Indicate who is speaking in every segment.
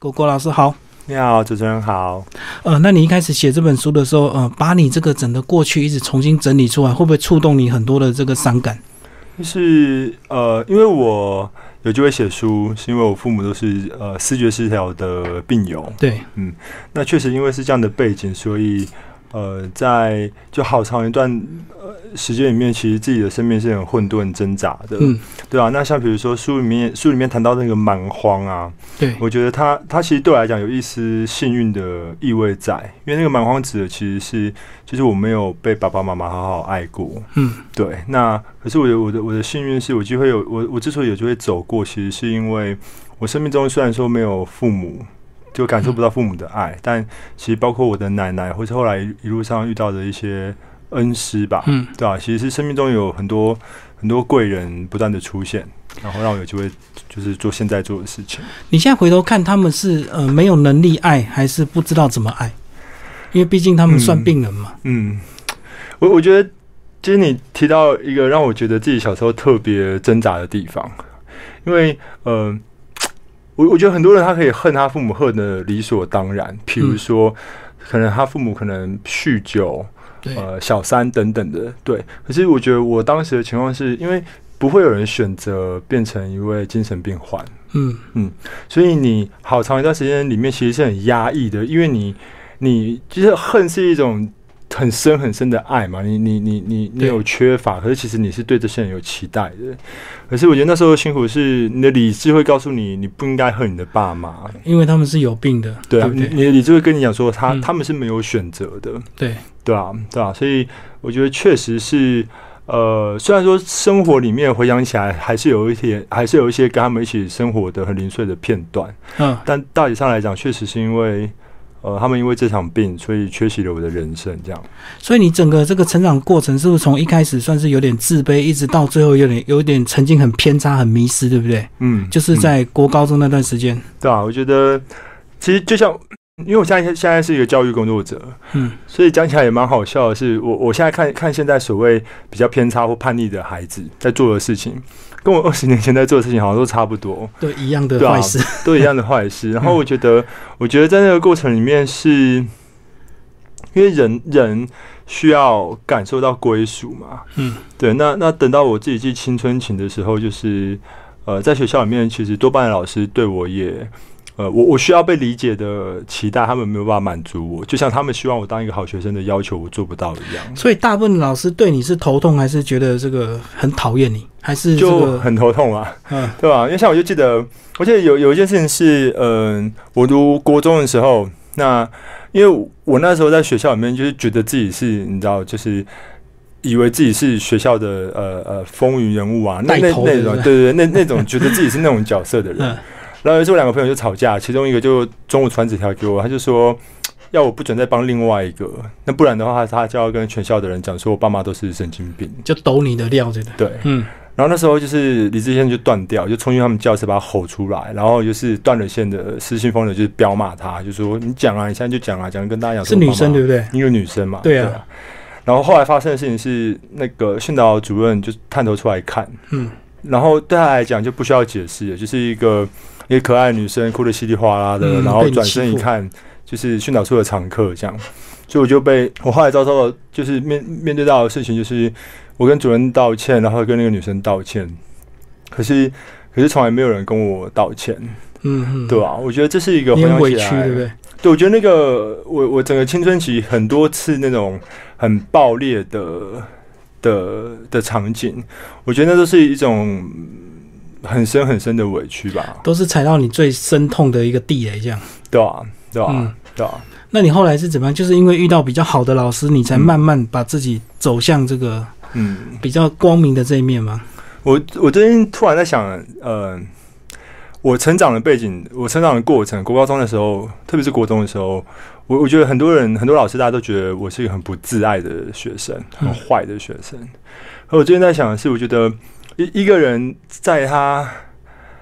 Speaker 1: 郭郭老师好，
Speaker 2: 你好，主持人好。
Speaker 1: 呃，那你一开始写这本书的时候，呃，把你这个整个过去一直重新整理出来，会不会触动你很多的这个伤感？
Speaker 2: 就是呃，因为我有机会写书，是因为我父母都是呃视觉失调的病友。
Speaker 1: 对，
Speaker 2: 那确实因为是这样的背景，所以呃，在就好长一段呃时间里面，其实自己的生命是很混沌挣扎的，
Speaker 1: 嗯，
Speaker 2: 对啊，那像比如说书里面书里面谈到那个蛮荒啊，
Speaker 1: 对，
Speaker 2: 我觉得它它其实对我来讲有一丝幸运的意味在，因为那个蛮荒指的其实是就是我没有被爸爸妈妈好好爱过，
Speaker 1: 嗯，
Speaker 2: 对，那可是我的我的我的幸运是我机会有我我之所以有机会走过，其实是因为我生命中虽然说没有父母，就感受不到父母的爱，但其实包括我的奶奶，或是后来一路上遇到的一些恩师吧，
Speaker 1: 嗯，
Speaker 2: 对啊，其实是生命中有很多很多贵人不断的出现，然后让我有机会就是做现在做的事情。
Speaker 1: 你现在回头看，他们是呃没有能力爱，还是不知道怎么爱？因为毕竟他们算病人嘛。
Speaker 2: 嗯，我我觉得其实你提到一个让我觉得自己小时候特别挣扎的地方，因为呃，我我觉得很多人他可以恨他父母恨的理所当然，譬如说。可能他父母可能酗酒，
Speaker 1: 对，
Speaker 2: 呃，小三等等的，对。可是我觉得我当时的情况是因为不会有人选择变成一位精神病患，
Speaker 1: 嗯，
Speaker 2: 所以你好长一段时间里面其实是很压抑的，因为你你就是恨是一种很深很深的爱嘛，你你你你你
Speaker 1: 对
Speaker 2: 有缺乏，可是其实你是对这些人有期待的。可是我觉得那时候辛苦是你的理智会告诉你，你不应该恨你的爸妈，
Speaker 1: 因为他们是有病的，
Speaker 2: 对啊，
Speaker 1: 不
Speaker 2: 你
Speaker 1: 对？
Speaker 2: 你的理智会跟你讲说他、
Speaker 1: 嗯
Speaker 2: 他们是没有选择的，
Speaker 1: 对，
Speaker 2: 对啊，对啊，所以我觉得确实是，呃，虽然说生活里面回想起来还是有一些，还是有一些跟他们一起生活的很零碎的片段，
Speaker 1: 嗯，
Speaker 2: 但大体上来讲，确实是因为，呃，他们因为这场病，所以缺席了我的人生，这样。
Speaker 1: 所以你整个这个成长过程，是不是从一开始算是有点自卑，一直到最后有点有点曾经很偏差、很迷失，对不对？
Speaker 2: 嗯，
Speaker 1: 就是
Speaker 2: 嗯
Speaker 1: 在国高中那段时间，
Speaker 2: 对啊，我觉得其实就像，因为我现在现在是一个教育工作者，
Speaker 1: 嗯，
Speaker 2: 所以讲起来也蛮好笑的是，我我现在看看现在所谓比较偏差或叛逆的孩子在做的事情，跟我二十年前在做的事情好像都差不多。
Speaker 1: 对一样的
Speaker 2: 对啊
Speaker 1: 坏事，
Speaker 2: 都一样的坏事。然后我觉得， 我觉得在那个过程里面是，因为人人需要感受到归属嘛。
Speaker 1: 嗯，
Speaker 2: 对。那那等到我自己记青春情的时候，就是呃，在学校里面，其实多半的老师对我也。呃，我我需要被理解的期待，他们没有办法满足我，就像他们希望我当一个好学生的要求，我做不到一样，
Speaker 1: 所以大部分老师对你是头痛，还是觉得这个很讨厌你，还是这
Speaker 2: 就
Speaker 1: 个
Speaker 2: 很头痛啊。
Speaker 1: 嗯
Speaker 2: 对吧、因为像我就记得，我记得有有一件事情是，嗯、我读国中的时候，那因为我那时候在学校里面，就是觉得自己是，你知道，就是以为自己是学校的呃呃风云人物啊，那那
Speaker 1: 带头的
Speaker 2: 那种，
Speaker 1: 是吧
Speaker 2: 对对对，那那 种觉得自己是那种角色的人。
Speaker 1: 嗯
Speaker 2: 然后有一次我两个朋友就吵架，其中一个就中午传纸条给我，他就说。要我不准再帮另外一个，那不然的话，他就要跟全校的人讲说，我爸妈都是神经病。
Speaker 1: 就抖你的料，这个
Speaker 2: 对，
Speaker 1: 嗯
Speaker 2: 然后那时候就是理智线就断掉，就冲进他们教室把他吼出来，然后就是断了线的失心疯的，就是彪骂他，就说你讲啊，你现在就讲啊，讲得跟大家讲
Speaker 1: 是女生
Speaker 2: 对
Speaker 1: 对，不对？
Speaker 2: 因为女生嘛，
Speaker 1: 对啊
Speaker 2: 然后后来发生的事情是，那个训导主任就探头出来看，
Speaker 1: 嗯，
Speaker 2: 然后对他来讲就不需要解释了，就是一个一个可爱的女生哭得稀里哗啦的，
Speaker 1: 嗯
Speaker 2: 然
Speaker 1: 被
Speaker 2: 后
Speaker 1: 你
Speaker 2: 转
Speaker 1: 欺
Speaker 2: 身一
Speaker 1: 负
Speaker 2: 看就是训导处的常客这样，所以我就被我后来遭受到就是面面对到的事情就是我跟主任道歉，然后跟那个女生道歉，可是可是从来没有人跟我道歉，
Speaker 1: 嗯嗯，
Speaker 2: 对吧、我觉得这是一个
Speaker 1: 你
Speaker 2: 回
Speaker 1: 很
Speaker 2: 想
Speaker 1: 委
Speaker 2: 起
Speaker 1: 屈
Speaker 2: 来
Speaker 1: 对不对？
Speaker 2: 对，我觉得那个我我整个青春期很多次那种很爆裂的的的场景，我觉得那都是一种嗯很深很深的委屈吧，
Speaker 1: 都是踩到你最深痛的一个地雷，这样。
Speaker 2: 对吧、对吧、
Speaker 1: 嗯
Speaker 2: 对吧、
Speaker 1: 那你后来是怎么样？就是因为遇到比较好的老师，你才
Speaker 2: 嗯
Speaker 1: 慢慢把自己走向这个
Speaker 2: 嗯，
Speaker 1: 比较光明的这一面吗？
Speaker 2: 我我最近突然在想，呃，我成长的背景，我成长的过程，国高中的时候，特别是国中的时候，我我觉得很多人很多老师大家都觉得我是一个很不自爱的学生，很
Speaker 1: 嗯
Speaker 2: 坏的学生。而我最近在想的是，我觉得一一个人在他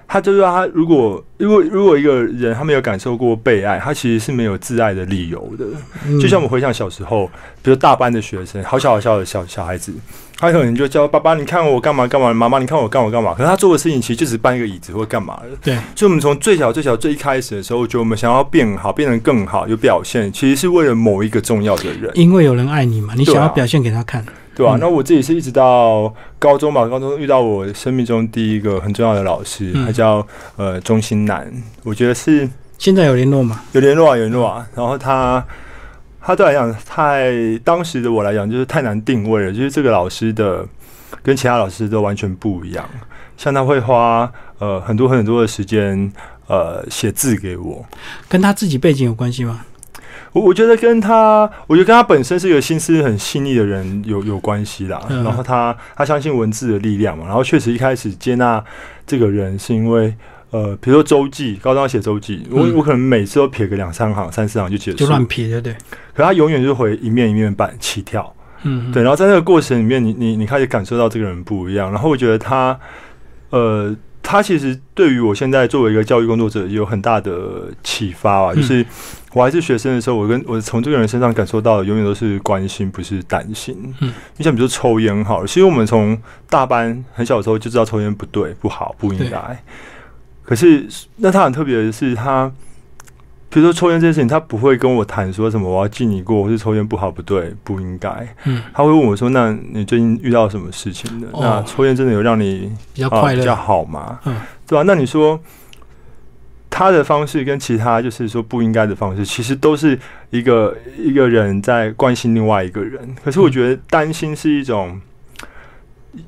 Speaker 2: 他他就是说他如果如果如果一个人他没有感受过被爱，他其实是没有自爱的理由的。
Speaker 1: 嗯
Speaker 2: 就像我回想小时候，比如大班的学生，好小好小的小小孩子，他可能就叫爸爸，你看我干嘛干嘛，妈妈你看我干嘛干嘛。可是他做的事情其实就只搬一个椅子或干嘛的。
Speaker 1: 对，
Speaker 2: 所以我们从最小最小最一开始的时候，我觉得我们想要变好，变得更好，有表现，其实是为了某一个重要的人，
Speaker 1: 因为有人爱你嘛，你
Speaker 2: 对
Speaker 1: 想要
Speaker 2: 啊
Speaker 1: 表现给他看，
Speaker 2: 对吧、
Speaker 1: 嗯
Speaker 2: 那我自己是一直到高中吧，高中遇到我生命中第一个很重要的老师，
Speaker 1: 嗯
Speaker 2: 他叫呃钟兴南，我觉得是。
Speaker 1: 现在有联络嘛？
Speaker 2: 有联络啊，有联络啊。然后他，他对我来讲太，当时的我来讲就是太难定位了，就是这个老师的跟其他老师都完全不一样。像他会花呃很多很多的时间呃写字给我，
Speaker 1: 跟他自己背景有关系吗？
Speaker 2: 我我觉得跟他，我觉得跟他本身是一个心思很细腻的人有有关系啦。
Speaker 1: 嗯
Speaker 2: 然后他他相信文字的力量嘛，然后确实一开始接纳这个人是因为。呃，比如说周记，高中要写周记，我、
Speaker 1: 嗯
Speaker 2: 我可能每次都撇个两三行、三四行就结束，
Speaker 1: 就乱撇，对不对？
Speaker 2: 可他永远就回一面一面板起跳，
Speaker 1: 嗯，
Speaker 2: 对，，然后在那个过程里面，你你你开始感受到这个人不一样，然后我觉得他，呃，他其实对于我现在作为一个教育工作者有很大的启发啊，
Speaker 1: 嗯
Speaker 2: 就是我还是学生的时候，我跟我从这个人身上感受到的永远都是关心，不是担心。
Speaker 1: 嗯，
Speaker 2: 你像比如说抽烟好了，其实我们从大班很小的时候就知道抽烟不对、不好、不应该，可是那他很特别的是他。比如说抽烟这件事情，他不会跟我谈说什么我要记你过，或是抽烟不好不对不应该，
Speaker 1: 嗯，
Speaker 2: 他会问我说：“那你最近遇到什么事情的？
Speaker 1: 哦
Speaker 2: 那抽烟真的有让你
Speaker 1: 比较
Speaker 2: 啊
Speaker 1: 快
Speaker 2: 比
Speaker 1: 乐，
Speaker 2: 较好吗？
Speaker 1: 嗯
Speaker 2: 对吧、啊那你说他的方式跟其他就是说不应该的方式，其实都是一个一个人在关心另外一个人。可是我觉得担心是一种、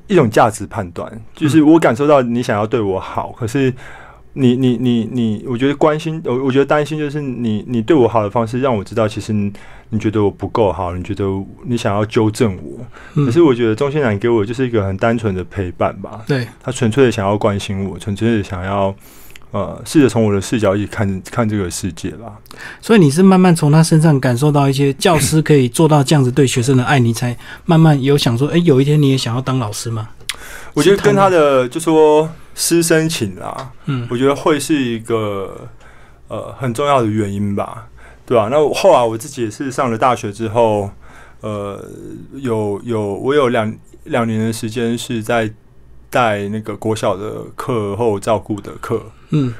Speaker 2: 一种价值判断，就是
Speaker 1: 嗯
Speaker 2: 我感受到你想要对我好，可是。”你你你你，我觉得关心，我我觉得担心就是你你对我好的方式，让我知道其实你你觉得我不够好，你觉得你想要纠正我，可
Speaker 1: 嗯，
Speaker 2: 是我觉得钟欣然给我就是一个很单纯的陪伴吧，
Speaker 1: 对，
Speaker 2: 他纯粹的想要关心我，纯粹的想要呃试着从我的视角一起看看这个世界吧。
Speaker 1: 所以你是慢慢从他身上感受到一些教师可以做到这样子对学生的爱，你才慢慢有想说，哎，有一天你也想要当老师吗？
Speaker 2: 我觉得跟他的就说师生情啊，
Speaker 1: 嗯
Speaker 2: 我觉得会是一个呃很重要的原因吧，对吧、那我后来我自己也是上了大学之后，呃，有有我有两两年的时间是在带那个国小的课后照顾的课，
Speaker 1: 嗯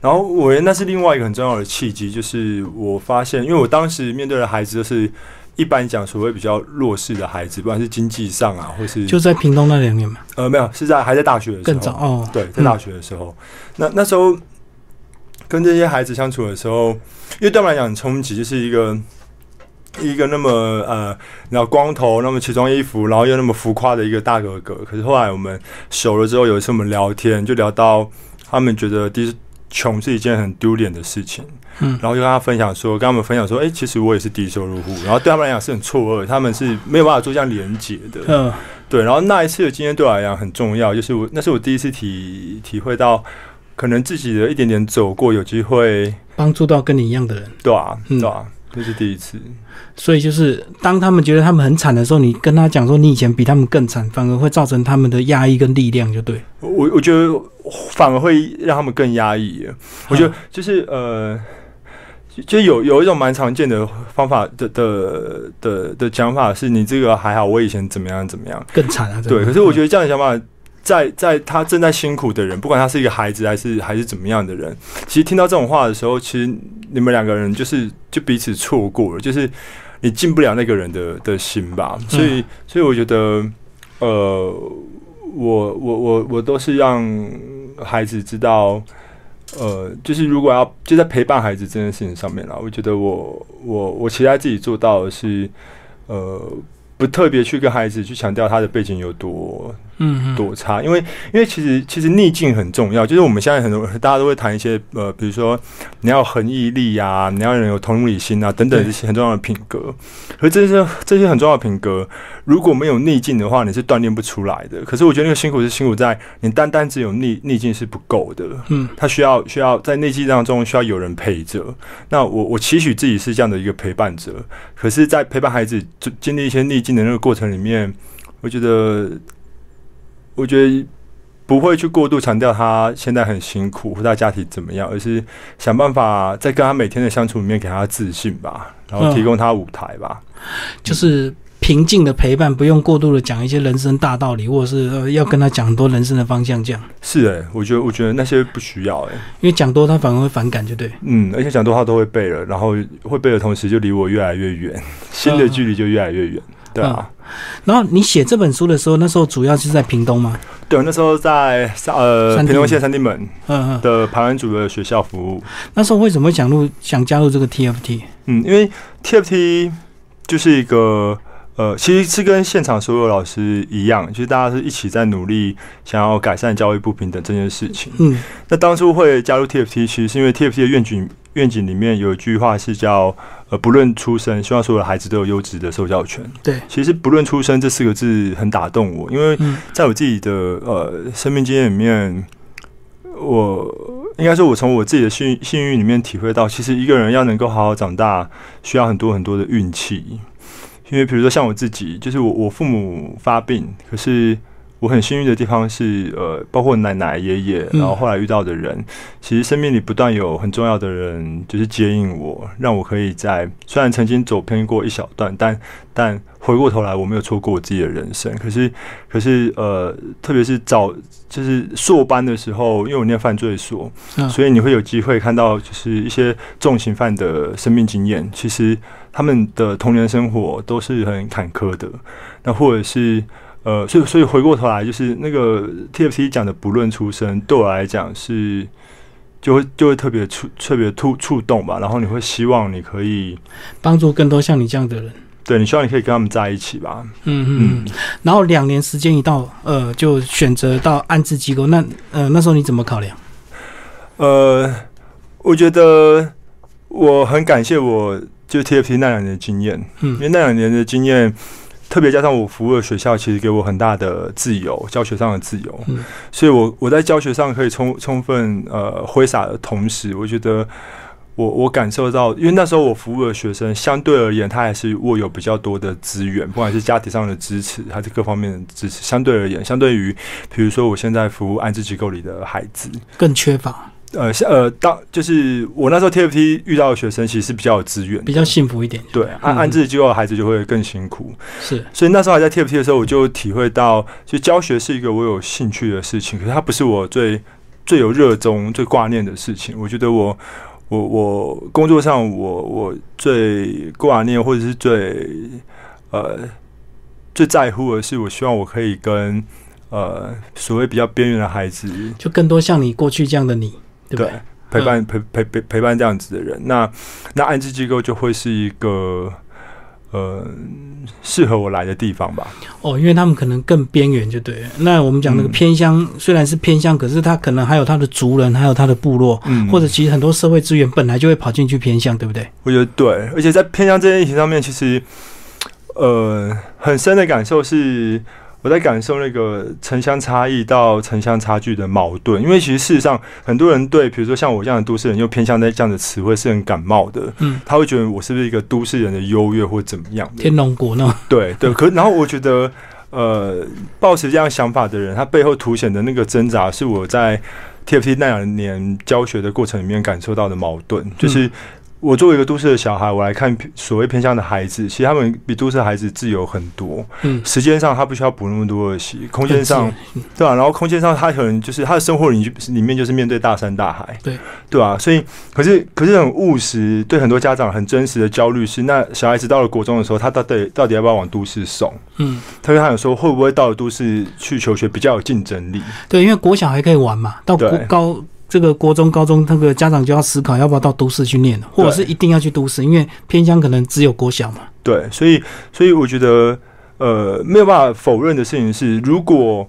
Speaker 2: 然后我觉得那是另外一个很重要的契机，就是我发现，因为我当时面对的孩子就是一般讲所谓比较弱势的孩子，不管是经济上啊，或是
Speaker 1: 就在屏东那两年嘛，
Speaker 2: 呃没有是在还在大学的时候，
Speaker 1: 更早哦，
Speaker 2: 对，在大学的时候，那那时候跟这些孩子相处的时候，因为对我们来讲很冲击，就是一个一个那么呃，然后光头，那么奇装异服，然后又那么浮夸的一个大哥哥。可是后来我们熟了之后，有一次我们聊天，就聊到他们觉得第一穷是一件很丢脸的事情。
Speaker 1: 嗯
Speaker 2: 然后就跟他分享说，跟他们分享说，哎、其实我也是低收入户，然后对他们来讲是很错愕，他们是没有办法做这样连接的。
Speaker 1: 嗯，
Speaker 2: 对，然后那一次的经验对我来讲很重要，就是我那是我第一次体体会到，可能自己的一点点走过，有机会，
Speaker 1: 帮助到跟你一样的人，
Speaker 2: 对啊，
Speaker 1: 嗯
Speaker 2: 对啊，这是第一次，
Speaker 1: 所以就是当他们觉得他们很惨的时候，你跟他讲说你以前比他们更惨，反而会造成他们的压抑跟力量，就对。
Speaker 2: 我我我觉得反而会让他们更压抑，我
Speaker 1: 嗯
Speaker 2: 觉得就是呃。就就有有一种蛮常见的方法的的的的讲法是，你这个还好，我以前怎么样怎么样，
Speaker 1: 更惨啊，
Speaker 2: 对，可是我觉
Speaker 1: 得
Speaker 2: 得这样的想法，在在他正在辛苦的人，不管他是一个孩子还是还是怎么样的人，其实听到这种话的时候，其实你们两个人就是就彼此错过了，就是你进不了那个人的的心吧。所以，所以我觉得，呃，我我我我都是让孩子知道。呃，就是如果要就在陪伴孩子这件事情上面啦，我觉得我我我期待自己做到的是，呃，不特别去跟孩子去强调他的背景有多
Speaker 1: 嗯嗯
Speaker 2: 多差，因为因为其实其实逆境很重要，就是我们现在很多大家都会谈一些呃，比如说你要有恒毅力啊，你要有同理心啊等等
Speaker 1: 对
Speaker 2: 这些很重要的品格。而这些这些很重要的品格，如果没有逆境的话，你是锻炼不出来的。可是我觉得那个辛苦是辛苦在你单单只有逆逆境是不够的，
Speaker 1: 嗯，
Speaker 2: 他需要需要在内境当中需要有人陪着。那我我期许自己是这样的一个陪伴者，可是，在陪伴孩子就经历一些逆境的那个过程里面，我觉得，我觉得不会去过度强调他现在很辛苦或他家庭怎么样，而是想办法在跟他每天的相处里面给他自信吧，然后提供他舞台吧。
Speaker 1: 就是平静的陪伴，不用过度的讲一些人生大道理，或者是、呃、要跟他讲很多人生的方向这样，
Speaker 2: 是诶、我觉得我觉得那些不需要欸诶、
Speaker 1: 因为讲多他反而会反感，就对。
Speaker 2: 嗯，而且讲多话都会背了，然后会背的同时就离我越来越远，新的距离就越来越远。对啊，
Speaker 1: 然后你写这本书的时候，那时候主要是在屏东吗？
Speaker 2: 对，啊我那时候在三呃
Speaker 1: 三地
Speaker 2: 屏东县三地门
Speaker 1: 嗯嗯，
Speaker 2: 的排湾组的学校服务。
Speaker 1: 那时候为什么会想入想加入这个 TFT？
Speaker 2: 嗯，因为 TFT 就是一个呃，其实是跟现场所有老师一样，就是大家是一起在努力想要改善教育不平等这件事情。
Speaker 1: 嗯，
Speaker 2: 那当初会加入 TFT，其实是因为 TFT 的愿景愿景里面有一句话是叫呃，不论出身，希望所有的孩子都有优质的受教权。
Speaker 1: 对，
Speaker 2: 其实不论出身这四个字很打动我，因为
Speaker 1: 嗯
Speaker 2: 在我自己的呃生命经验里面，我应该说，我从我自己的幸幸运里面体会到，其实一个人要能够好好长大，需要很多很多的运气。因为比如说像我自己，就是我我父母发病，可是我很幸运的地方是，呃，包括奶奶、爷爷，
Speaker 1: 嗯
Speaker 2: 然后后来遇到的人，其实生命里不断有很重要的人，就是接应我，让我可以在虽然曾经走偏过一小段，但但回过头来我没有错过我自己的人生。可是可是呃，特别是早就是硕班的时候，因为我念犯罪所，
Speaker 1: 嗯
Speaker 2: 所以你会有机会看到就是一些重刑犯的生命经验。其实他们的童年生活都是很坎坷的，那或者是呃，所以所以回过头来，就是那个 TFT 讲的不论出身，对我来讲是就会就会特别触特别触触动吧。然后你会希望你可以，
Speaker 1: 帮助更多像你这样的人。
Speaker 2: 对你希望你可以跟他们在一起吧。
Speaker 1: 嗯嗯，嗯然后两年时间一到，呃，就选择到安置机构。那呃，那时候你怎么考量？
Speaker 2: 呃，我觉得我很感谢我就 TFT 那两年的经验，
Speaker 1: 嗯
Speaker 2: 因为那两年的经验，特别加上我服务的学校，其实给我很大的自由，教学上的自由，
Speaker 1: 嗯
Speaker 2: 所以我我在教学上可以充充分呃挥洒的同时，我觉得。我我感受到，因为那时候我服务的学生相对而言，他还是握有比较多的资源，不管是家庭上的支持，还是各方面的支持。相对而言，相对于比如说我现在服务安置机构里的孩子，
Speaker 1: 更缺乏，
Speaker 2: 呃，像呃，当就是我那时候 TFT 遇到的学生，其实是比较有资源的，
Speaker 1: 比较幸福一点。
Speaker 2: 对，
Speaker 1: 嗯
Speaker 2: 按按自己机构的孩子就会更辛苦。
Speaker 1: 是，
Speaker 2: 所以那时候还在 TFT 的时候，我就体会到，其实教学是一个我有兴趣的事情，可是它不是我最最有热衷、最挂念的事情。我觉得我我我工作上我我最挂念或者是最呃最在乎的是，我希望我可以跟呃所谓比较边缘的孩子
Speaker 1: 就更多像你过去这样的你，对不对？嗯
Speaker 2: 陪伴陪陪陪陪伴这样子的人，那那安置机构就会是一个呃适合我来的地方吧。
Speaker 1: 哦，因为他们可能更边缘，就对了。那我们讲那个
Speaker 2: 嗯
Speaker 1: 偏乡，虽然是偏乡，可是他可能还有他的族人，还有他的部落，
Speaker 2: 嗯
Speaker 1: 或者其实很多社会资源本来就会跑进去偏乡，对不对？
Speaker 2: 我觉得对，而且在偏向这件议题上面，其实呃很深的感受是。我在感受那个城乡差异到城乡差距的矛盾，因为其实事实上，很多人对比如说像我这样的都市人，又偏向在这样的词汇是很感冒的。
Speaker 1: 嗯，
Speaker 2: 他会觉得我是不是一个都市人的优越或怎么样的？
Speaker 1: 天龙国 那种
Speaker 2: 对对，可然后我觉得，呃，抱持这样想法的人，他背后凸显的那个挣扎，是我在 TFT 那两年教学的过程里面感受到的矛盾，就是。我作为一个都市的小孩，我来看所谓偏向的孩子，其实他们比都市的孩子自由很多。
Speaker 1: 嗯，
Speaker 2: 时间上他不需要补那么多的习，空间上对啊，然后空间上他可能就是他的生活里里面就是面对大山大海，
Speaker 1: 对
Speaker 2: 对啊，所以可是可是很务实，对很多家长很真实的焦虑是，那小孩子到了国中的时候，他到底到底要不要往都市送？
Speaker 1: 嗯，
Speaker 2: 特别他有说会不会到了都市去求学比较有竞争力？
Speaker 1: 对，因为国小还可以玩嘛，到国
Speaker 2: 对
Speaker 1: 高这个国中、高中，那个家长就要思考要不要到都市去念，或者是一定要去都市，因为偏乡可能只有国小嘛。
Speaker 2: 对，所以所以我觉得呃没有办法否认的事情是，如果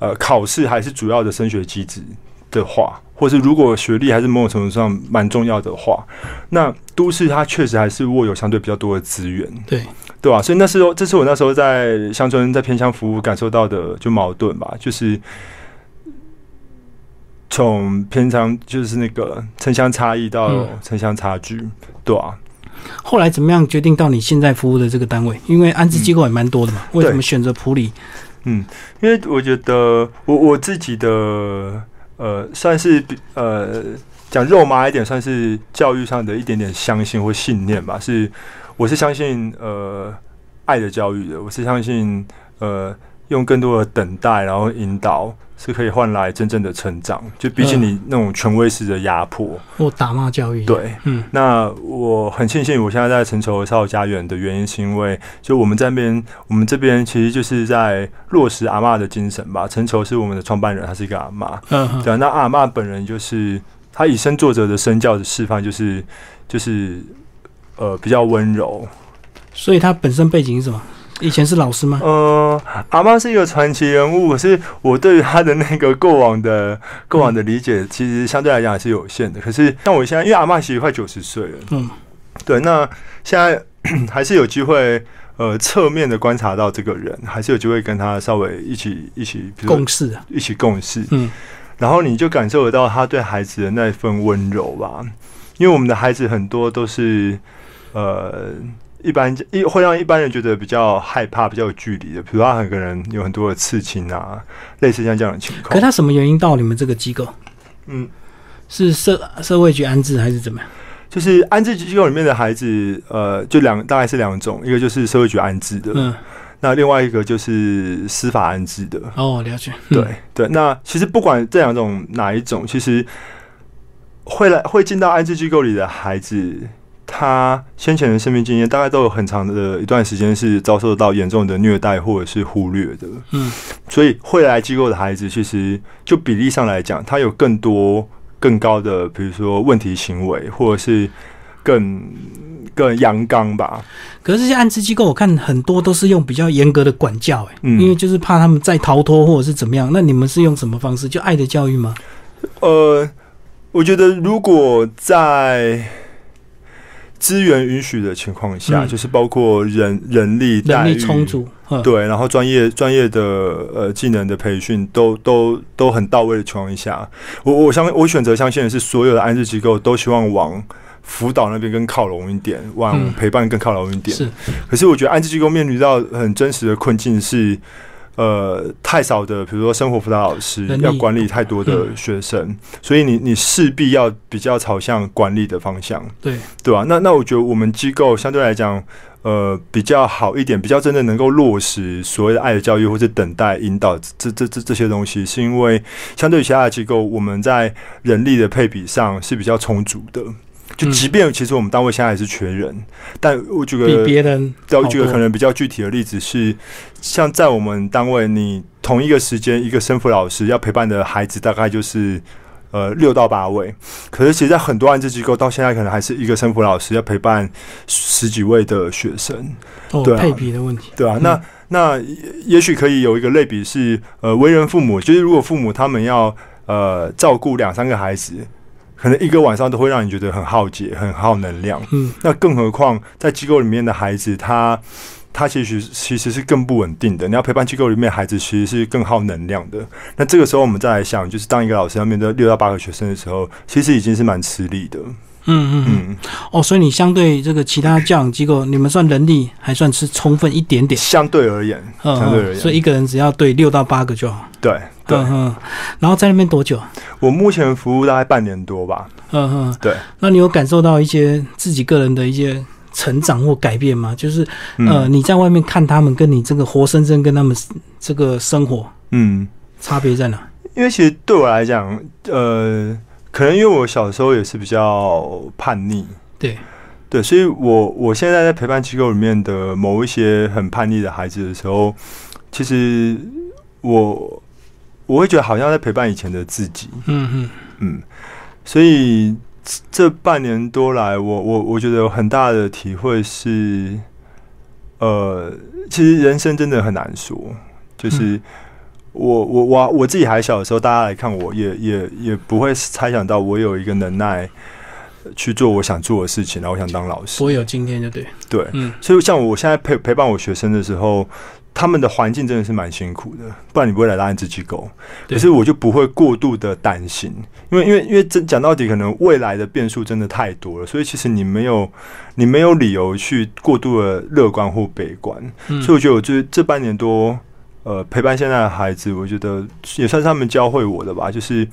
Speaker 2: 呃考试还是主要的升学机制的话，或是如果学历还是某种程度上蛮重要的话，那都市它确实还是握有相对比较多的资源，
Speaker 1: 对
Speaker 2: 对啊吧、所以那时候，这是我那时候在乡村在偏乡服务感受到的就矛盾吧，就是。从偏乡就是那个城乡差异到
Speaker 1: 嗯
Speaker 2: 城乡差距，对啊，
Speaker 1: 后
Speaker 2: 嗯
Speaker 1: 来怎么样决定到你现在服务的这个单位？因为安置机构也蛮多的嘛，为什么选择普里？
Speaker 2: 因为我觉得我我自己的呃，算是比呃讲肉麻一点，算是教育上的一点点相信或信念吧。是我是相信呃爱的教育的，我是相信呃用更多的等待，然后引导是可以换来真正的成长。就比起
Speaker 1: 嗯
Speaker 2: 你那种权威式的压迫，
Speaker 1: 或哦打骂教育。，
Speaker 2: 对，
Speaker 1: 嗯
Speaker 2: 那我很庆幸我现在在成球少家园的原因，是因为就我们这边，我们这边其实就是在落实阿嬷的精神吧。成球是我们的创办人，他是一个阿嬷。
Speaker 1: 嗯哼
Speaker 2: 对啊，那阿嬷本人就是她以身作则的身教的示范，就是就是呃比较温柔。
Speaker 1: 所以他本身背景是什么？以前是老师吗？
Speaker 2: 呃，阿嬷是一个传奇人物，可是我对于她的那个过往的 过往的理解，其实相对来讲还是有限的。可是像我现在，因为阿嬷其实快九十岁了，
Speaker 1: 嗯，
Speaker 2: 对，那现在 还是有机会，呃，侧面的观察到这个人，还是有机会跟他稍微一起一起，比如说
Speaker 1: 共事啊。
Speaker 2: 一起共事，
Speaker 1: 嗯
Speaker 2: 然后你就感受得到他对孩子的那份温柔吧。因为我们的孩子很多都是，呃，一般一会让一般人觉得比较害怕、比较有距离的，比如他很可能有很多的刺青啊，类似像这样的情
Speaker 1: 可是
Speaker 2: 况。
Speaker 1: 他什么原因到你们这个机构？
Speaker 2: 嗯，
Speaker 1: 是社社会局安置还是怎么样？
Speaker 2: 就是安置机构里面的孩子，呃，就两大概是两种，一个就是社会局安置的，
Speaker 1: 嗯，
Speaker 2: 那另外一个就是司法安置的，
Speaker 1: 哦，了解。嗯
Speaker 2: 对、对。那其实不管这两种哪一种，其实会来会进到安置机构里的孩子，他先前的生命经验大概都有很长的一段时间是遭受到严重的虐待或者是忽略的，
Speaker 1: 嗯，
Speaker 2: 所以会来机构的孩子，其实就比例上来讲，他有更多更高的，比如说问题行为，或者是更更阳刚吧，
Speaker 1: 可是这些安置机构，我看很多都是用比较严格的管教、欸，
Speaker 2: 嗯
Speaker 1: 因为就是怕他们再逃脱或者是怎么样。那你们是用什么方式？就爱的教育吗？
Speaker 2: 呃，我觉得如果在资源允许的情况下，
Speaker 1: 嗯
Speaker 2: 就是包括人人力、
Speaker 1: 能
Speaker 2: 待遇
Speaker 1: 力充，足，嗯，
Speaker 2: 对，然后专业专业的呃技能的培训都都都很到位的情况下，我我相我选择相信的是，所有的安置机构都希望往。辅导那边更靠拢一点，往
Speaker 1: 嗯
Speaker 2: 陪伴更靠拢一点。
Speaker 1: 是，
Speaker 2: 可是我觉得安置机构面临到很真实的困境是，呃，太少的，比如说生活辅导老师
Speaker 1: 人力
Speaker 2: 要管理太多的
Speaker 1: 嗯
Speaker 2: 学生，所以你你势必要比较朝向管理的方向，
Speaker 1: 对，
Speaker 2: 对吧、那那我觉得我们机构相对来讲，呃，比较好一点，比较真的能够落实所谓的爱的教育或者等待引导这这这这些东西，是因为相对于其他的机构，我们在人力的配比上是比较充足的。就
Speaker 1: 嗯
Speaker 2: 即便其实我们单位现在还是缺人，但我举个
Speaker 1: 比别人
Speaker 2: 要
Speaker 1: 好
Speaker 2: 举个
Speaker 1: 多
Speaker 2: 可能比较具体的例子是，像在我们单位，你同一个时间一个生辅老师要陪伴的孩子大概就是呃六到八位，可是其实，在很多安置机构到现在可能还是一个生辅老师要陪伴十几位的学生，
Speaker 1: 哦
Speaker 2: 对啊
Speaker 1: 配比的问题，
Speaker 2: 对啊，
Speaker 1: 嗯
Speaker 2: 那那也也许可以有一个类比是，呃，为人父母，就是如果父母他们要呃照顾两三个孩子，可能一个晚上都会让你觉得很耗竭、很耗能量。
Speaker 1: 嗯，
Speaker 2: 那更何况在机构里面的孩子，他他其实其实是更不稳定的。你要陪伴机构里面的孩子，其实是更耗能量的。那这个时候，我们再来想，就是当一个老师要面对六到八个学生的时候，其实已经是蛮吃力的。
Speaker 1: 嗯嗯嗯，
Speaker 2: 嗯，
Speaker 1: 哦，所以你相对这个其他教养机构，你们算人力还算是充分一点点，
Speaker 2: 相对而言，
Speaker 1: 嗯，
Speaker 2: 相对而
Speaker 1: 嗯
Speaker 2: 言
Speaker 1: 所以一个人只要对六到八个就好，
Speaker 2: 对对，
Speaker 1: 嗯嗯，然后在那边多久？
Speaker 2: 我目前服务大概半年多吧。
Speaker 1: 嗯嗯，
Speaker 2: 对。
Speaker 1: 那你有感受到一些自己个人的一些成长或改变吗？就是
Speaker 2: 嗯、
Speaker 1: 呃，你在外面看他们，跟你这个活生生跟他们这个生活
Speaker 2: 嗯，
Speaker 1: 差别在哪？
Speaker 2: 因为其实对我来讲，呃，可能因为我小时候也是比较叛逆，
Speaker 1: 对，
Speaker 2: 对，所以我我现在在陪伴机构里面的某一些很叛逆的孩子的时候，其实我我会觉得好像在陪伴以前的自己，
Speaker 1: 嗯嗯，
Speaker 2: 嗯，所以这这半年多来，我我我觉得有很大的体会是，呃，其实人生真的很难说，就是。我我我我自己还小的时候，大家来看我也也也不会猜想到我有一个能耐呃去做我想做的事情，然后我想当老师。
Speaker 1: 所有今天就对，
Speaker 2: 对，
Speaker 1: 嗯
Speaker 2: 所以像我现在陪陪伴我学生的时候，他们的环境真的是蛮辛苦的，不然你不会来到安置机构。
Speaker 1: 对
Speaker 2: 可是我就不会过度的担心，因为因为因为这讲到底，可能未来的变数真的太多了，所以其实你没有你没有理由去过度的乐观或悲观。
Speaker 1: 嗯
Speaker 2: 所以我觉得我这这半年多。呃陪伴现在的孩子，我觉得也算是他们教会我的吧，就是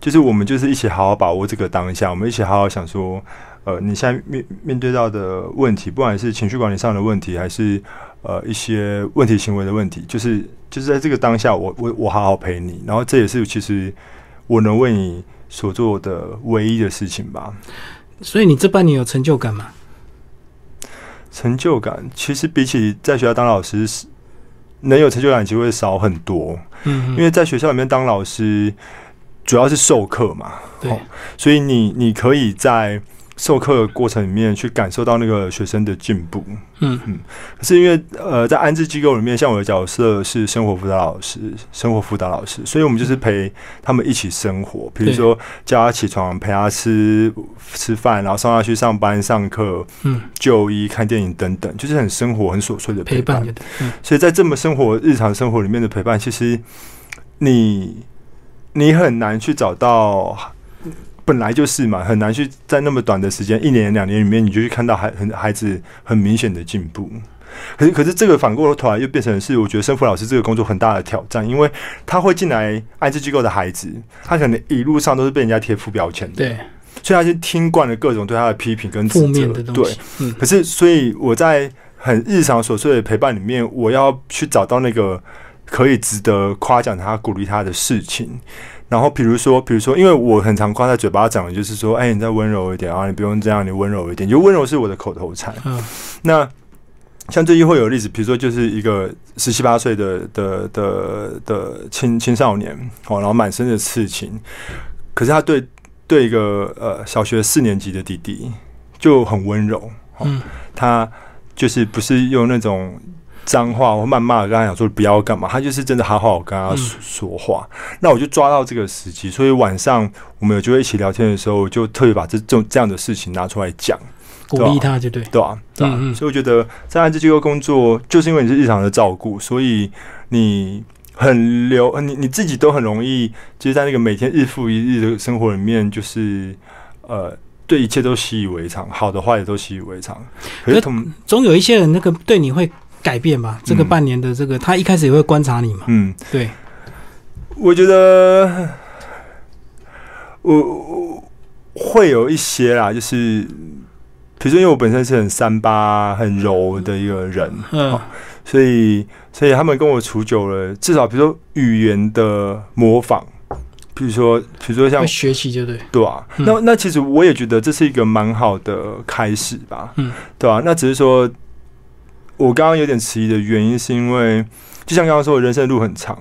Speaker 2: 就是我们就是一起好好把握这个当下，我们一起好好想说，呃，你现在面面对到的问题，不管是情绪管理上的问题，还是呃一些问题行为的问题，就是就是在这个当下我，我我好好陪你，然后这也是其实我能为你所做的唯一的事情吧。
Speaker 1: 所以你这半年有成就感吗？
Speaker 2: 成就感其实比起在学校当老师，是能有成就感机会少很多，
Speaker 1: 嗯，
Speaker 2: 因为在学校里面当老师主要是授课嘛，
Speaker 1: 对
Speaker 2: 哦，所以你你可以在授课的过程里面去感受到那个学生的进步。
Speaker 1: 嗯
Speaker 2: 可是因为呃，在安置机构里面，像我的角色是生活辅导老师，生活辅导老师，所以我们就是陪他们一起生活，比如
Speaker 1: 嗯对
Speaker 2: 说叫他起床，陪他吃吃饭，然后送他去上班、上课、
Speaker 1: 嗯，
Speaker 2: 就医、看电影等等，就是很生活、很琐碎的
Speaker 1: 陪
Speaker 2: 伴
Speaker 1: 伴。就对，嗯
Speaker 2: 所以在这么生活、日常生活里面的陪伴，其实你你很难去找到，本来就是嘛，很难去在那么短的时间，一年两年里面，你就去看到孩很孩子很明显的进步。 可是，可是这个反过头来又变成是，我觉得生辅老师这个工作很大的挑战，因为他会进来安置机构的孩子，他可能一路上都是被人家贴副标签的，
Speaker 1: 对，
Speaker 2: 所以他就听惯了各种对他的批评跟指责
Speaker 1: 负面的东
Speaker 2: 对，
Speaker 1: 西，嗯，
Speaker 2: 可是，所以我在很日常琐碎的陪伴里面，我要去找到那个可以值得夸奖他、鼓励他的事情。然后，比如说，比如说，因为我很常夸他嘴巴讲的就是说，哎，你再温柔一点啊，你不用这样，你温柔一点。就温柔是我的口头禅。
Speaker 1: 嗯，
Speaker 2: 那像最近会有例子，比如说就是一个十七八岁的的的的青青少年，哦，然后满身的刺青，可是他对对一个呃小学四年级的弟弟就很温柔，哦
Speaker 1: 嗯，
Speaker 2: 他就是不是用那种脏话或谩骂跟他讲说不要干嘛，他就是真的好好跟他
Speaker 1: 嗯
Speaker 2: 说说话。那我就抓到这个时机，所以晚上我们有就会一起聊天的时候，我就特别把这这种这样的事情拿出来讲。
Speaker 1: 鼓
Speaker 2: 对啊
Speaker 1: 励他就对，
Speaker 2: 对吧、对、啊
Speaker 1: 嗯嗯
Speaker 2: 所以我觉得在安置机构工作，就是因为你是日常的照顾，所以你很流，你你自己都很容易，就是在那个每天日复一日的生活里面，就是呃，对一切都习以为常，好的坏的都习以为常。可是
Speaker 1: 可
Speaker 2: 同
Speaker 1: 总有一些人那个对你会改变吧？这个半年的这个，他一开始也会观察你嘛，
Speaker 2: 嗯，
Speaker 1: 对，
Speaker 2: 我觉得呃我我会有一些啦，就是比如说，因为我本身是很三八、很柔的一个人，
Speaker 1: 嗯
Speaker 2: 好所以所以他们跟我处久了，至少比如说语言的模仿，比如说比如说像
Speaker 1: 会学习就对，
Speaker 2: 对啊，
Speaker 1: 嗯
Speaker 2: 那那其实我也觉得这是一个蛮好的开始吧，
Speaker 1: 嗯，
Speaker 2: 对啊，那只是说我刚刚有点迟疑的原因，是因为就像刚刚说，我人生的路很长。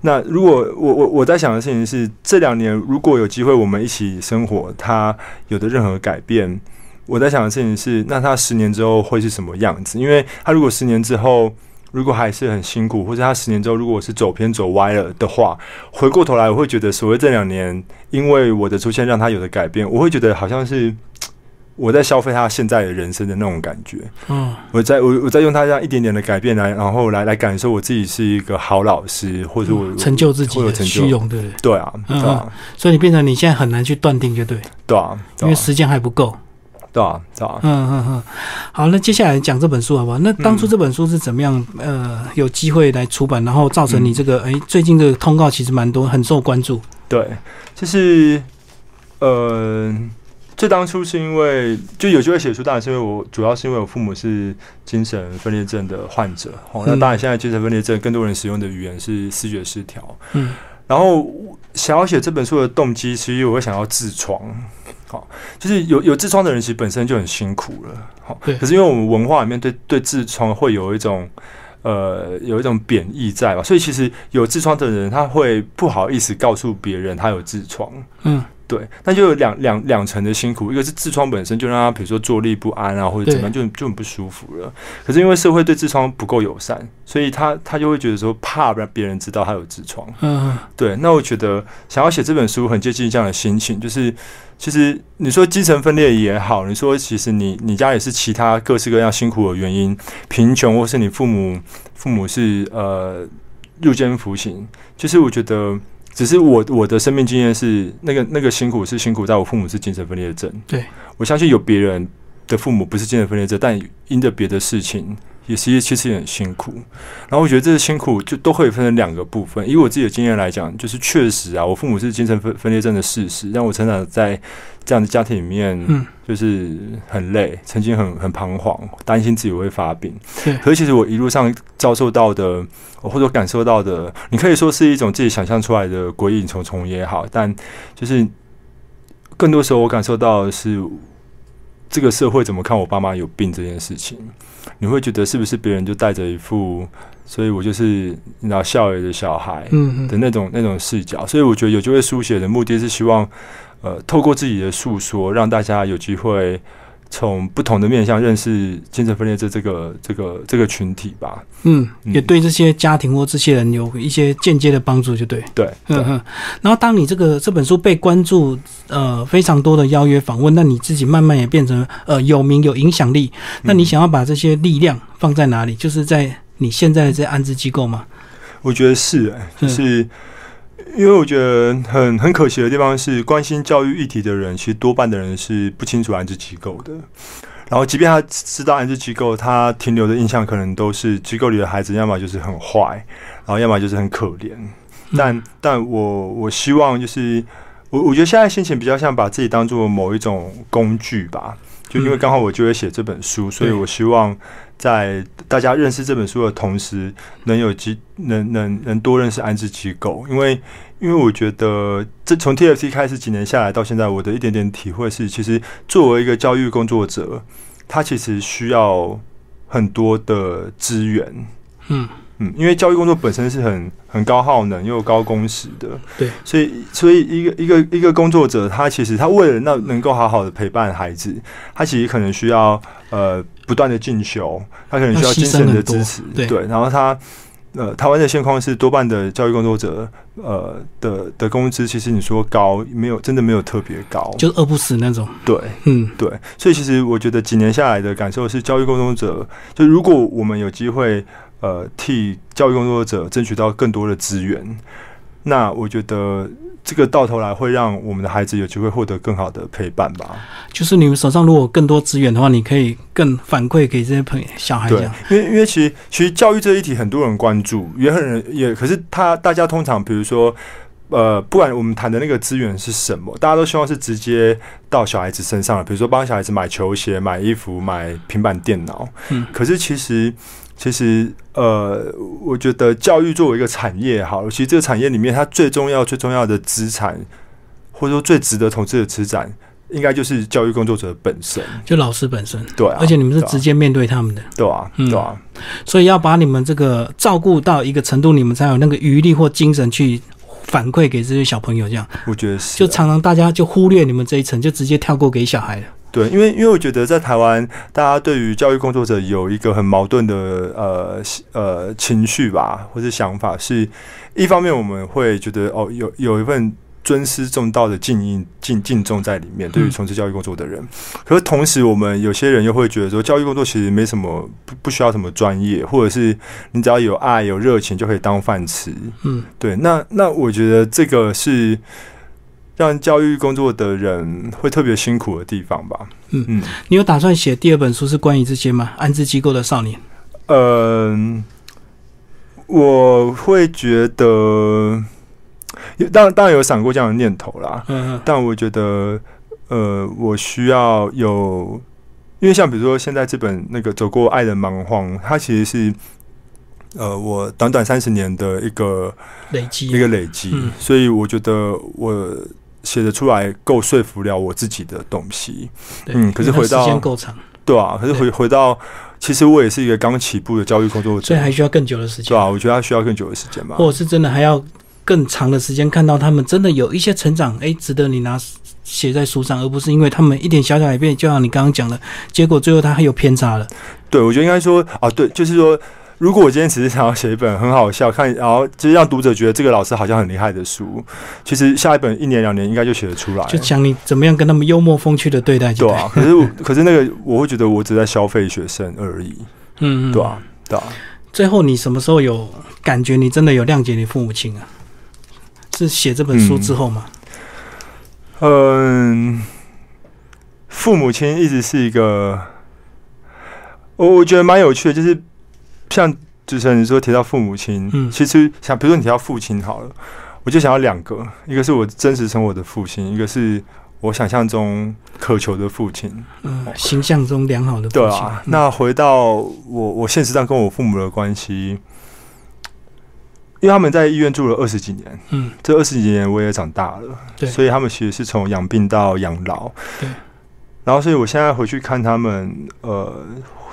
Speaker 2: 那如果我我我在想的事情是，这两年如果有机会我们一起生活，他有的任何改变，我在想的事情是，那他十年之后会是什么样子？因为他如果十年之后。如果还是很辛苦，或者他十年之后如果我是走偏走歪了的话，回过头来我会觉得，所谓这两年因为我的出现让他有的改变，我会觉得好像是我在消费他现在的人生的那种感觉。
Speaker 1: 嗯，
Speaker 2: 我在我我在用他这样一点点的改变来，然后来来感受我自己是一个好老师，或者我、
Speaker 1: 嗯成就自己
Speaker 2: 会有
Speaker 1: 的
Speaker 2: 成就
Speaker 1: 虚荣，对不对？
Speaker 2: 对啊，对
Speaker 1: 嗯
Speaker 2: 啊，
Speaker 1: 所以你变成你现在很难去断定，就对，
Speaker 2: 对啊，
Speaker 1: 因
Speaker 2: 对
Speaker 1: 为
Speaker 2: 啊，
Speaker 1: 时间还不够。
Speaker 2: 对啊，对啊。
Speaker 1: 嗯嗯嗯，好，那接下来讲这本书好不好？那当初这本书是怎么样？呃，有机会来出版，然后造成你这个，哎、最近这个通告其实蛮多，很受关注。
Speaker 2: 对，就是呃，最当初是因为就有机会写书，当然是因为我主要是因为我父母是精神分裂症的患者。哦，那
Speaker 1: 嗯
Speaker 2: 当然现在精神分裂症更多人使用的语言是视觉失调。
Speaker 1: 嗯，
Speaker 2: 然后想要写这本书的动机，其实我想要痔疮。好、就是有有痔疮的人，其实本身就很辛苦了。好、
Speaker 1: 对
Speaker 2: 可是因为我们文化里面对对痔疮会有一种呃有一种贬义在吧，所以其实有痔疮的人，他会不好意思告诉别人他有痔疮。
Speaker 1: 嗯，
Speaker 2: 对，那就有两两两层的辛苦，一个是痔疮本身就让他比如说坐立不安啊，或者怎么样，就很就很不舒服了。可是因为社会对痔疮不够友善，所以他他就会觉得说怕让别人知道他有痔疮。
Speaker 1: 嗯
Speaker 2: 对，那我觉得想要写这本书很接近这样的心情，就是其实你说精神分裂也好，你说其实你你家也是其他各式各样辛苦的原因，贫穷或是你父母父母是呃入监服刑，就是我觉得。只是我我的生命经验是，那个那个辛苦是辛苦在我父母是精神分裂症。
Speaker 1: 对，
Speaker 2: 我相信有别人的父母不是精神分裂症，但因着别的事情也其实其实也很辛苦。然后我觉得这个辛苦就都可以分成两个部分。以我自己的经验来讲，就是确实啊，我父母是精神分分裂症的事实，让我成长在这样的家庭里面，
Speaker 1: 嗯，
Speaker 2: 就是很累，曾经很很彷徨，担心自己会发病。
Speaker 1: 对
Speaker 2: 可是其实我一路上遭受到的，或者说感受到的，你可以说是一种自己想象出来的鬼影重重也好，但就是更多时候我感受到的是这个社会怎么看我爸妈有病这件事情。你会觉得是不是别人就带着一副，所以我就是拿校爷的小孩
Speaker 1: 嗯
Speaker 2: 的
Speaker 1: 嗯，
Speaker 2: 那种那种视角，所以我觉得有机会书写的目的是希望，呃，透过自己的诉说，让大家有机会从不同的面向认识精神分裂症这个这个这个群体吧。
Speaker 1: 嗯，
Speaker 2: 嗯
Speaker 1: 也对这些家庭或这些人有一些间接的帮助，就对。
Speaker 2: 对，
Speaker 1: 嗯
Speaker 2: 对
Speaker 1: 哼，然后当你这个这本书被关注，呃，非常多的邀约访问，那你自己慢慢也变成呃有名有影响力。
Speaker 2: 嗯
Speaker 1: 那你想要把这些力量放在哪里？就是在你现在的这安置机构吗？
Speaker 2: 我觉得是、欸，
Speaker 1: 嗯
Speaker 2: 就是因为我觉得很很可惜的地方是，关心教育议题的人，其实多半的人是不清楚安置机构的。然后，即便他知道安置机构，他停留的印象可能都是机构里的孩子，要么就是很坏，然后要么就是很可怜。
Speaker 1: 嗯
Speaker 2: 但但我我希望就是我我觉得现在心情比较像把自己当做某一种工具吧，就因为
Speaker 1: 嗯
Speaker 2: 刚好我就会写这本书，所以
Speaker 1: 对
Speaker 2: 我希望在大家认识这本书的同时，能有机能能能多认识安置机构，因为因为我觉得这从 TFC 开始几年下来到现在，我的一点点体会是，其实作为一个教育工作者，他其实需要很多的资源，
Speaker 1: 嗯
Speaker 2: 嗯，因为教育工作本身是很很高耗能又高工时的，
Speaker 1: 对，
Speaker 2: 所以所以一个一个一个工作者，他其实他为了那能够好好的陪伴孩子，他其实可能需要呃不断的进修，他可能需
Speaker 1: 要
Speaker 2: 要
Speaker 1: 牺牲
Speaker 2: 精神的
Speaker 1: 很多
Speaker 2: 支持，
Speaker 1: 对
Speaker 2: 然后他。呃，台湾的现况是，多半的教育工作者，呃的的工资，其实你说高，没有真的没有特别高，
Speaker 1: 就是饿不死那种。
Speaker 2: 对，
Speaker 1: 嗯
Speaker 2: 对，所以其实我觉得几年下来的感受是，教育工作者，就如果我们有机会，呃，替教育工作者争取到更多的资源，那我觉得这个到头来会让我们的孩子有机会获得更好的陪伴吧。
Speaker 1: 就是你们手上如果有更多资源的话，你可以更反馈给这些朋友小孩这
Speaker 2: 对
Speaker 1: 样。，
Speaker 2: 因为因为其实其实教育这一题很多人关注，也很人也，可是他大家通常比如说。呃，不管我们谈的那个资源是什么，大家都希望是直接到小孩子身上的，比如说帮小孩子买球鞋、买衣服、买平板电脑。
Speaker 1: 嗯
Speaker 2: 可是其实，其实呃，我觉得教育作为一个产业，好了，其实这个产业里面，它最重要、最重要的资产，或者说最值得投资的资产，应该就是教育工作者本身。
Speaker 1: 就老师本身，
Speaker 2: 对啊，
Speaker 1: 而且你们是
Speaker 2: 对啊
Speaker 1: 直接面对他们的，
Speaker 2: 对啊，
Speaker 1: 嗯
Speaker 2: 对啊，
Speaker 1: 所以要把你们这个照顾到一个程度，你们才有那个余力或精神去反馈给这些小朋友这样。
Speaker 2: 我觉得是
Speaker 1: 就
Speaker 2: 啊、
Speaker 1: 常常大家就忽略你们这一层，就直接跳过给小孩了。
Speaker 2: 对，因为因为我觉得在台湾，大家对于教育工作者有一个很矛盾的呃西呃情绪吧，或是想法是，一方面我们会觉得哦，有有一份尊师重道的敬意敬敬重在里面，对于
Speaker 1: 嗯
Speaker 2: 从事教育工作的人。可是同时，我们有些人又会觉得说，教育工作其实没什么不不需要什么专业，或者是你只要有爱有热情就可以当饭吃。
Speaker 1: 嗯，
Speaker 2: 对，那那我觉得这个是让教育工作的人会特别辛苦的地方吧。
Speaker 1: 嗯
Speaker 2: 嗯
Speaker 1: 你有打算写第二本书是关于这些吗？安置机构的少年。
Speaker 2: 嗯、我会觉得，有当然当然有闪过这样的念头啦，
Speaker 1: 嗯嗯
Speaker 2: 但我觉得，呃，我需要有，因为像比如说现在这本那个《走过爱的蛮荒》，它其实是。呃，我短短三十年的一个
Speaker 1: 累积。
Speaker 2: 一个累积，
Speaker 1: 嗯
Speaker 2: 所以我觉得我写得出来够说服了我自己的东西，
Speaker 1: 对
Speaker 2: 嗯可是
Speaker 1: 因为它
Speaker 2: 回到
Speaker 1: 时间够长，
Speaker 2: 对啊。可是回回到，其实我也是一个刚起步的教育工作者
Speaker 1: 所以，还需要更久的时
Speaker 2: 对
Speaker 1: 间，
Speaker 2: 啊，我觉得它需要更久的时间吧。
Speaker 1: 或者是真的还要更长的时间看到他们真的有一些成长，诶，值得你拿写在书上，而不是因为他们一点小小改变，就像你刚刚讲的，结果最后他还有偏差了。
Speaker 2: 对，我觉得应该说啊，对，就是说，如果我今天只是想要写一本很好笑，看，然后就是让读者觉得这个老师好像很厉害的书，其实下一本一年两年应该就写得出来了。
Speaker 1: 就讲你怎么样跟他们幽默风趣的对待就对。
Speaker 2: 哎对啊，可是我 可是那个，我会觉得我只在消费学生而已，
Speaker 1: 嗯，嗯
Speaker 2: 对啊。，对啊。
Speaker 1: 最后你什么时候有感觉你真的有谅解你父母亲啊？是写这本书之后吗？
Speaker 2: 嗯，父母亲一直是一个，我我觉得蛮有趣的，就是像主持人说提到父母亲，
Speaker 1: 嗯
Speaker 2: 其实像比如说你提到父亲好了，我就想要两个，一个是我真实生活的父亲，一个是我想象中渴求的父亲。
Speaker 1: 嗯，形象中良好的父
Speaker 2: 对
Speaker 1: 亲嗯
Speaker 2: 啊，那回到我我现实上跟我父母的关系，因为他们在医院住了二十几年，
Speaker 1: 嗯，
Speaker 2: 这二十几年我也长大了，
Speaker 1: 对
Speaker 2: 所以他们其实是从养病到养老，
Speaker 1: 对。
Speaker 2: 然后，所以我现在回去看他们，呃，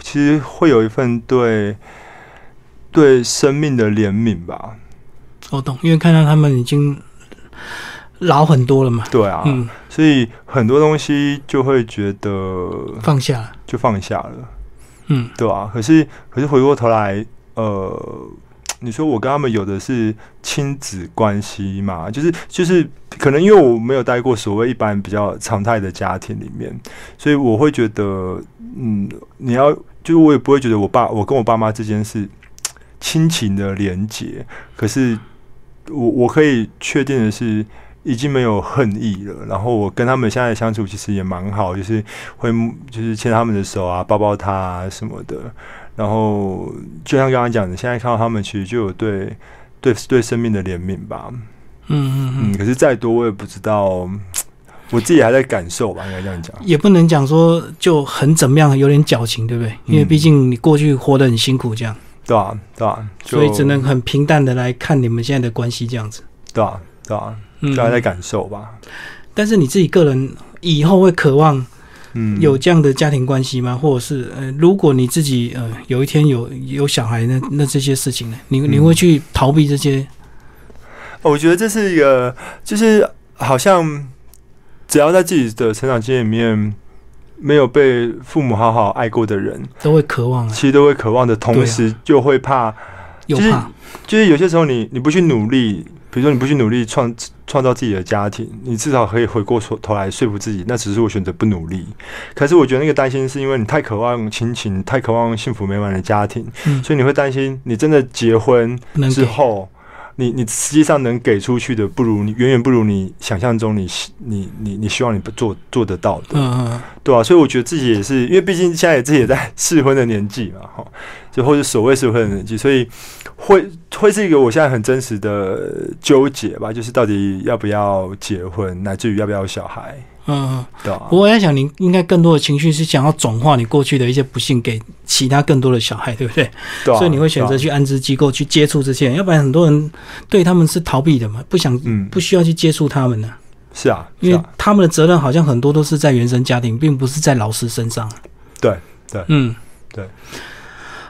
Speaker 2: 其实会有一份对对生命的怜悯吧，
Speaker 1: 我哦懂，因为看到他们已经老很多了嘛，
Speaker 2: 对啊，
Speaker 1: 嗯，
Speaker 2: 所以很多东西就会觉得
Speaker 1: 放下了，
Speaker 2: 就放下了。
Speaker 1: 嗯，
Speaker 2: 对啊，可是可是回过头来，呃，你说我跟他们有的是亲子关系嘛，就是就是可能因为我没有待过所谓一般比较常态的家庭里面，所以我会觉得，嗯，你要就是我也不会觉得我爸我跟我爸妈之间是亲情的连结，可是我我可以确定的是。已经没有恨意了，然后我跟他们现在相处其实也蛮好，就是会就是牵他们的手啊，抱抱他啊什么的。然后就像刚刚讲的，现在看到他们其实就有对对对生命的怜悯吧。
Speaker 1: 嗯嗯
Speaker 2: 嗯，
Speaker 1: 嗯，
Speaker 2: 可是再多我也不知道，我自己还在感受吧，应该这样讲。
Speaker 1: 也不能讲说就很怎么样，有点矫情，对
Speaker 2: 嗯
Speaker 1: 不对？因为毕竟你过去活得很辛苦，这样，
Speaker 2: 对啊，对啊，就
Speaker 1: 所以只能很平淡的来看你们现在的关系这样子。
Speaker 2: 对啊，对啊，
Speaker 1: 嗯
Speaker 2: 就，还在感受吧。
Speaker 1: 但是你自己个人以后会渴望
Speaker 2: 嗯，
Speaker 1: 有这样的家庭关系吗？或者是呃，如果你自己呃有一天有有小孩那那这些事情呢？你你
Speaker 2: 嗯
Speaker 1: 会去逃避这些？
Speaker 2: 哦我觉得这是一个，就是好像只要在自己的成长经验里面没有被父母好好爱过的人，
Speaker 1: 都会渴望啊，
Speaker 2: 其实都会渴望的
Speaker 1: 对
Speaker 2: 同
Speaker 1: 啊
Speaker 2: 时，就会怕。
Speaker 1: 有
Speaker 2: 就是
Speaker 1: 怕，
Speaker 2: 就是有些时候你你不去努力，比如说你不去努力创创造自己的家庭，你至少可以回过头头来说服自己，那只是我选择不努力。可是我觉得那个担心是因为你太渴望亲情，太渴望幸福美满的家庭，
Speaker 1: 嗯，
Speaker 2: 所以你会担心你真的结婚
Speaker 1: 不能
Speaker 2: 之
Speaker 1: 给，
Speaker 2: 后。你你实际上能给出去的，不如你远远不如你想象中你希你你你希望你做做得到的。
Speaker 1: 嗯嗯嗯。
Speaker 2: 对啊，所以我觉得自己也是，因为毕竟现在自己也在适婚的年纪嘛， 哈，就或者所谓适婚的年纪，所以会会是一个我现在很真实的纠结吧，就是到底要不要结婚，乃至于要不要有小孩，
Speaker 1: 嗯，
Speaker 2: 对啊
Speaker 1: 不，过我在想，你应该更多的情绪是想要转化你过去的一些不幸给其他更多的小孩，对不对？
Speaker 2: 对啊
Speaker 1: 所以你会选择
Speaker 2: 对啊
Speaker 1: 去安置机构去接触这些人，要不然很多人对他们是逃避的嘛，不想
Speaker 2: 嗯，
Speaker 1: 不需要去接触他们呢、
Speaker 2: 是啊，
Speaker 1: 因
Speaker 2: 是
Speaker 1: 为
Speaker 2: 啊，
Speaker 1: 他们的责任好像很多都是在原生家庭，并不是在老师身上。
Speaker 2: 对对
Speaker 1: 嗯，
Speaker 2: 对。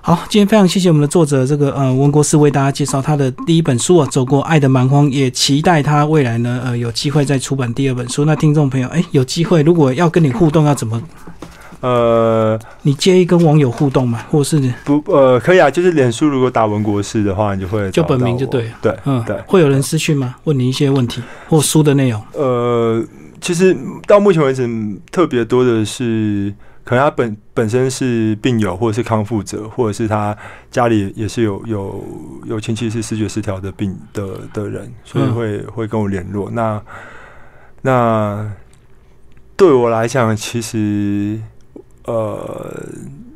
Speaker 1: 好，今天非常谢谢我们的作者这个呃文国士为大家介绍他的第一本书啊，《走过爱的蛮荒》，也期待他未来呢呃有机会再出版第二本书。那听众朋友，哎，有机会如果要跟你互动，啊要怎么？
Speaker 2: 呃，
Speaker 1: 你介意跟网友互动吗？或者是嗯
Speaker 2: 不，呃，可以啊，就是脸书如果打文国士的话，你就会
Speaker 1: 就
Speaker 2: 找
Speaker 1: 本
Speaker 2: 到
Speaker 1: 名就
Speaker 2: 我
Speaker 1: 对了
Speaker 2: 对，
Speaker 1: 嗯
Speaker 2: 对，
Speaker 1: 会有人私讯吗？问你一些问题或书的内容？
Speaker 2: 呃，其实到目前为止，嗯特别多的是，可能他本本身是病友，或者是康复者，或者是他家里也是有有有亲戚是视觉失调的病的的人，所以
Speaker 1: 嗯
Speaker 2: 会、会跟我联络。那那对我来讲，其实呃，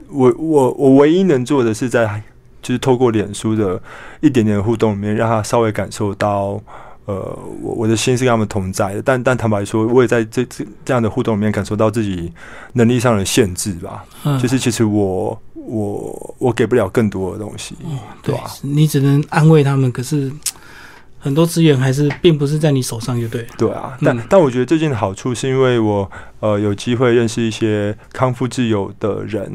Speaker 2: 我我我唯一能做的是在就是透过脸书的一点点互动里面，让他稍微感受到。呃，我我的心是跟他们同在的，但但坦白说，我也在这这这样的互动里面感受到自己能力上的限制吧。
Speaker 1: 嗯，
Speaker 2: 就是其实我我我给不了更多的东西，
Speaker 1: 对
Speaker 2: 对啊
Speaker 1: 你只能安慰他们，可是很多资源还是并不是在你手上，就对了。
Speaker 2: 对啊。但、
Speaker 1: 嗯
Speaker 2: 但我觉得最近的好处是因为我呃有机会认识一些康复自由的人，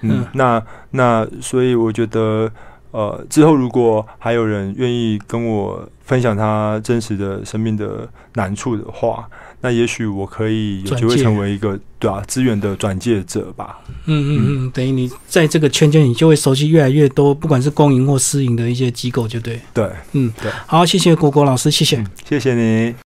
Speaker 2: 嗯，
Speaker 1: 嗯
Speaker 2: 那那所以我觉得。呃，之后如果还有人愿意跟我分享他真实的生命的难处的话，那也许我可以有机
Speaker 1: 转
Speaker 2: 会
Speaker 1: 介
Speaker 2: 成为一个对啊资源的转介者吧。
Speaker 1: 嗯嗯嗯，等于你在这个圈圈，你就会熟悉越来越多，不管是公营或私营的一些机构，就对。
Speaker 2: 对，
Speaker 1: 嗯
Speaker 2: 对，
Speaker 1: 好，谢谢果果老师，谢谢。
Speaker 2: 嗯谢谢你。